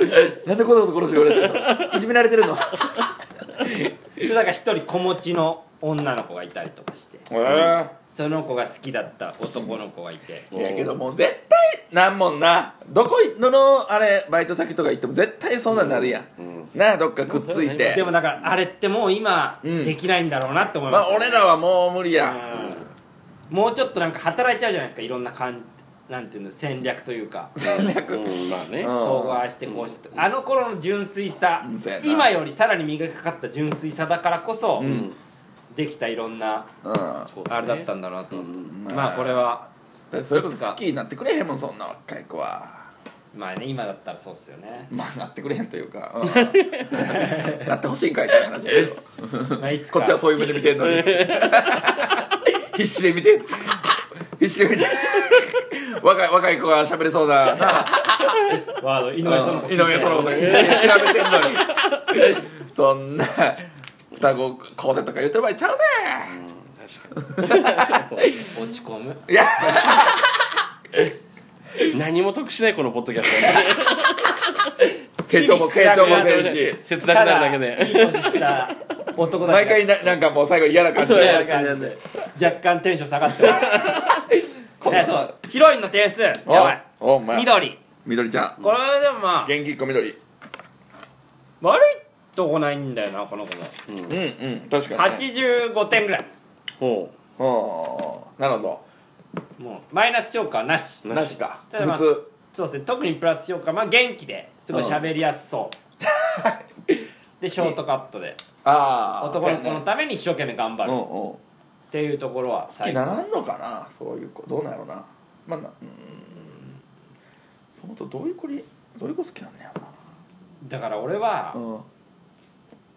Speaker 2: なんでこんなこと殺してくれてるのいじめられてるの
Speaker 1: でだから一人子持ちの女の子がいたりとかして
Speaker 2: え
Speaker 1: その子が好きだった男の子がいて
Speaker 2: えいやけどもう絶対なんもんなどこいののあれバイト先とか行っても絶対そんなんなるやん、
Speaker 3: うん
Speaker 2: なあどっかくっついて
Speaker 1: でもだからあれってもう今
Speaker 2: うん
Speaker 1: できないんだろうなって思い
Speaker 2: ま
Speaker 1: ます
Speaker 2: あ俺らはもう無理や、
Speaker 1: うんもうちょっとなんか働いちゃうじゃないですかいろんなかんなんていうの戦略というか
Speaker 2: 戦略
Speaker 3: うんまあ
Speaker 2: う
Speaker 3: ね
Speaker 2: ん
Speaker 1: こうああしてこうしてあの頃の純粋さ
Speaker 2: うんそうやな
Speaker 1: 今よりさらに磨きかかった純粋さだからこそ
Speaker 3: うん
Speaker 1: できたいろんな
Speaker 2: う
Speaker 3: そう
Speaker 1: あれだったんだなとまあこれは
Speaker 2: んそれこそ好きになってくれへんもんそんな若い子は
Speaker 1: まあね今だったらそうっすよね
Speaker 2: まあなってくれへんというか、
Speaker 1: *laughs*
Speaker 2: うんなってほしいんかいって話やけど
Speaker 1: まあいつ
Speaker 2: こ
Speaker 1: か
Speaker 2: っちはそういう目で見てんの *laughs* に必死で見てん必死で見てん若い若い子が喋れそうなな
Speaker 1: ワード井上その
Speaker 2: 井上そのこと必死で調べてんのにそんな双子コーデとか言ってる場合ちゃうね
Speaker 3: うん確かにそうそう
Speaker 1: 落ち込む
Speaker 2: いや
Speaker 3: 何も得しないこのポッドキャスト
Speaker 2: 成長も成長もせん
Speaker 1: *laughs*
Speaker 2: し
Speaker 3: 切なくな
Speaker 1: い
Speaker 3: るだけで
Speaker 1: い年した男たちが
Speaker 2: 毎回ななんかもう最後嫌な感じ
Speaker 3: そう
Speaker 2: で
Speaker 3: や
Speaker 1: 嫌な感じで若干テンション下がって
Speaker 2: *laughs*
Speaker 1: ますえそうヒロインの定数や
Speaker 2: お
Speaker 1: ばい
Speaker 2: おお前
Speaker 1: 緑
Speaker 2: みどりちゃん
Speaker 1: これはでもまあ
Speaker 2: 元気っ子みどり
Speaker 1: 悪いとこないんだよなこの子も
Speaker 3: うん
Speaker 2: うんうん確かに、ね、
Speaker 1: 85点ぐらい
Speaker 3: ほ
Speaker 2: ほうなるほ
Speaker 1: もうマイナス評価はなし
Speaker 2: どなしか
Speaker 1: ただまあ
Speaker 2: 普通
Speaker 1: そうですね特にプラス評価まあ元気ですごい喋りやすそう、でショートカットで
Speaker 2: ああ
Speaker 1: 男の子の
Speaker 2: タ
Speaker 1: ために一生懸命頑張
Speaker 2: イ
Speaker 1: るっ
Speaker 2: プ好
Speaker 1: ていうところは
Speaker 2: き
Speaker 1: 最
Speaker 2: な
Speaker 1: 高
Speaker 2: ら
Speaker 1: で
Speaker 2: ん
Speaker 1: す
Speaker 2: のかなそういう子どうなんやろうなまあなうんそのとどういう子にどういう子好きなんだよ
Speaker 1: だから俺は
Speaker 2: な、うん、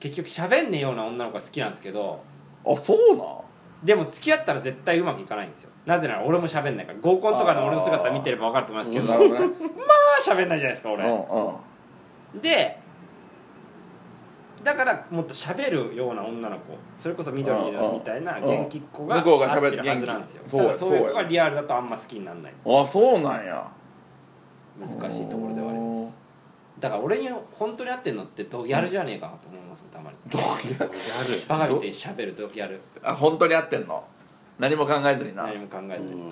Speaker 1: 結局喋んねえような女の子が好きなんですけど
Speaker 2: あそうなん
Speaker 1: でも付き合ったら絶対うまくいかないんですよなぜなら俺も喋んないから合コンとかの俺の姿見てれば分かると思いますけど
Speaker 2: な
Speaker 1: ま
Speaker 2: るほどね
Speaker 1: あ喋んないじゃないですか
Speaker 2: う
Speaker 1: 俺、
Speaker 2: んうん
Speaker 1: でだからもっと喋るような女の子それこそ緑みたいな
Speaker 2: うん
Speaker 1: 元気っ子が
Speaker 2: 向こうが喋
Speaker 1: 合
Speaker 2: っ
Speaker 1: ってて
Speaker 2: る
Speaker 1: るはずなんですよ
Speaker 2: 元気
Speaker 1: ただ
Speaker 2: そ
Speaker 1: そうう
Speaker 2: や
Speaker 1: いう
Speaker 2: そう
Speaker 1: 子
Speaker 2: や
Speaker 1: がリアルだとあんま好きにならない
Speaker 2: あそうなんや
Speaker 1: 難しいところではありますだから俺に本当に合ってるのってドギャルじゃねえかなと思いますよたまに
Speaker 2: どういう
Speaker 3: うギ
Speaker 1: バカみてえに喋るドギャル
Speaker 2: あ本当に合ってんの何も考えずにな
Speaker 1: 何も考え
Speaker 3: ャル
Speaker 1: ずに
Speaker 3: うん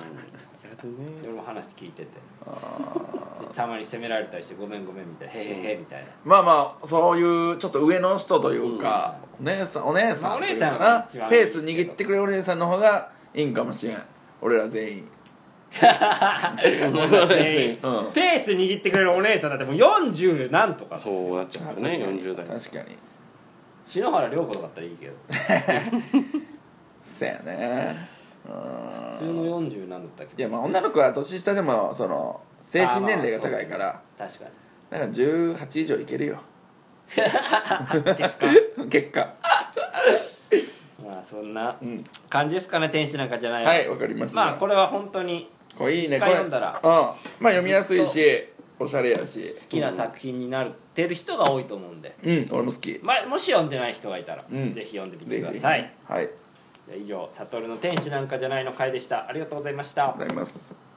Speaker 1: 俺も話聞いてて
Speaker 2: あー
Speaker 1: でたまに責められたりしてごめんごめんみたいなへへへみたい
Speaker 2: *laughs*
Speaker 1: な
Speaker 2: まあまあそういうちょっと上の人というか、お姉さんお姉
Speaker 1: ま
Speaker 2: さ
Speaker 1: あ
Speaker 2: ん
Speaker 1: お
Speaker 2: とい
Speaker 1: 姉
Speaker 2: う
Speaker 1: さん
Speaker 2: か
Speaker 1: は一
Speaker 2: な
Speaker 1: 番
Speaker 2: ペース握ってくれるお姉さんの方がいいんかもしれん俺ら全員
Speaker 1: 全員
Speaker 2: うん
Speaker 1: ペース握ってくれるお姉さんだってもう40なんとかですよ
Speaker 3: そうなっちゃうんですね40代
Speaker 2: 確かに
Speaker 1: 篠原涼子とかだったらいいけど
Speaker 2: そやねう
Speaker 1: 普通
Speaker 2: ん
Speaker 1: の40なんだったっけ
Speaker 2: いやまあ女の子は年下でもその精神年齢が高いか
Speaker 1: あ
Speaker 2: ら
Speaker 1: 確かに
Speaker 2: なんか18以上いけ
Speaker 1: *laughs*
Speaker 2: るよ
Speaker 1: 結果
Speaker 2: 結果
Speaker 1: まあそんな
Speaker 2: うん
Speaker 1: 感じですかね天使なんかじゃない
Speaker 2: はいわかりました
Speaker 1: まあこれは本当に
Speaker 2: これいいね
Speaker 1: 一
Speaker 2: こ
Speaker 1: 回
Speaker 2: れ
Speaker 1: 読んだら
Speaker 2: うんまあ読みやすいしおしゃれやし
Speaker 1: 好きな作品になってる人が多いと思うんで、
Speaker 2: うん俺も好き
Speaker 1: まあ、もし読んでない人がいたら、
Speaker 2: うん
Speaker 1: ぜひ読んでみてください
Speaker 2: ぜひはいありがと
Speaker 1: じゃあ以上「悟の天使なんかじゃない」の回でしたありがとうございました
Speaker 2: うございます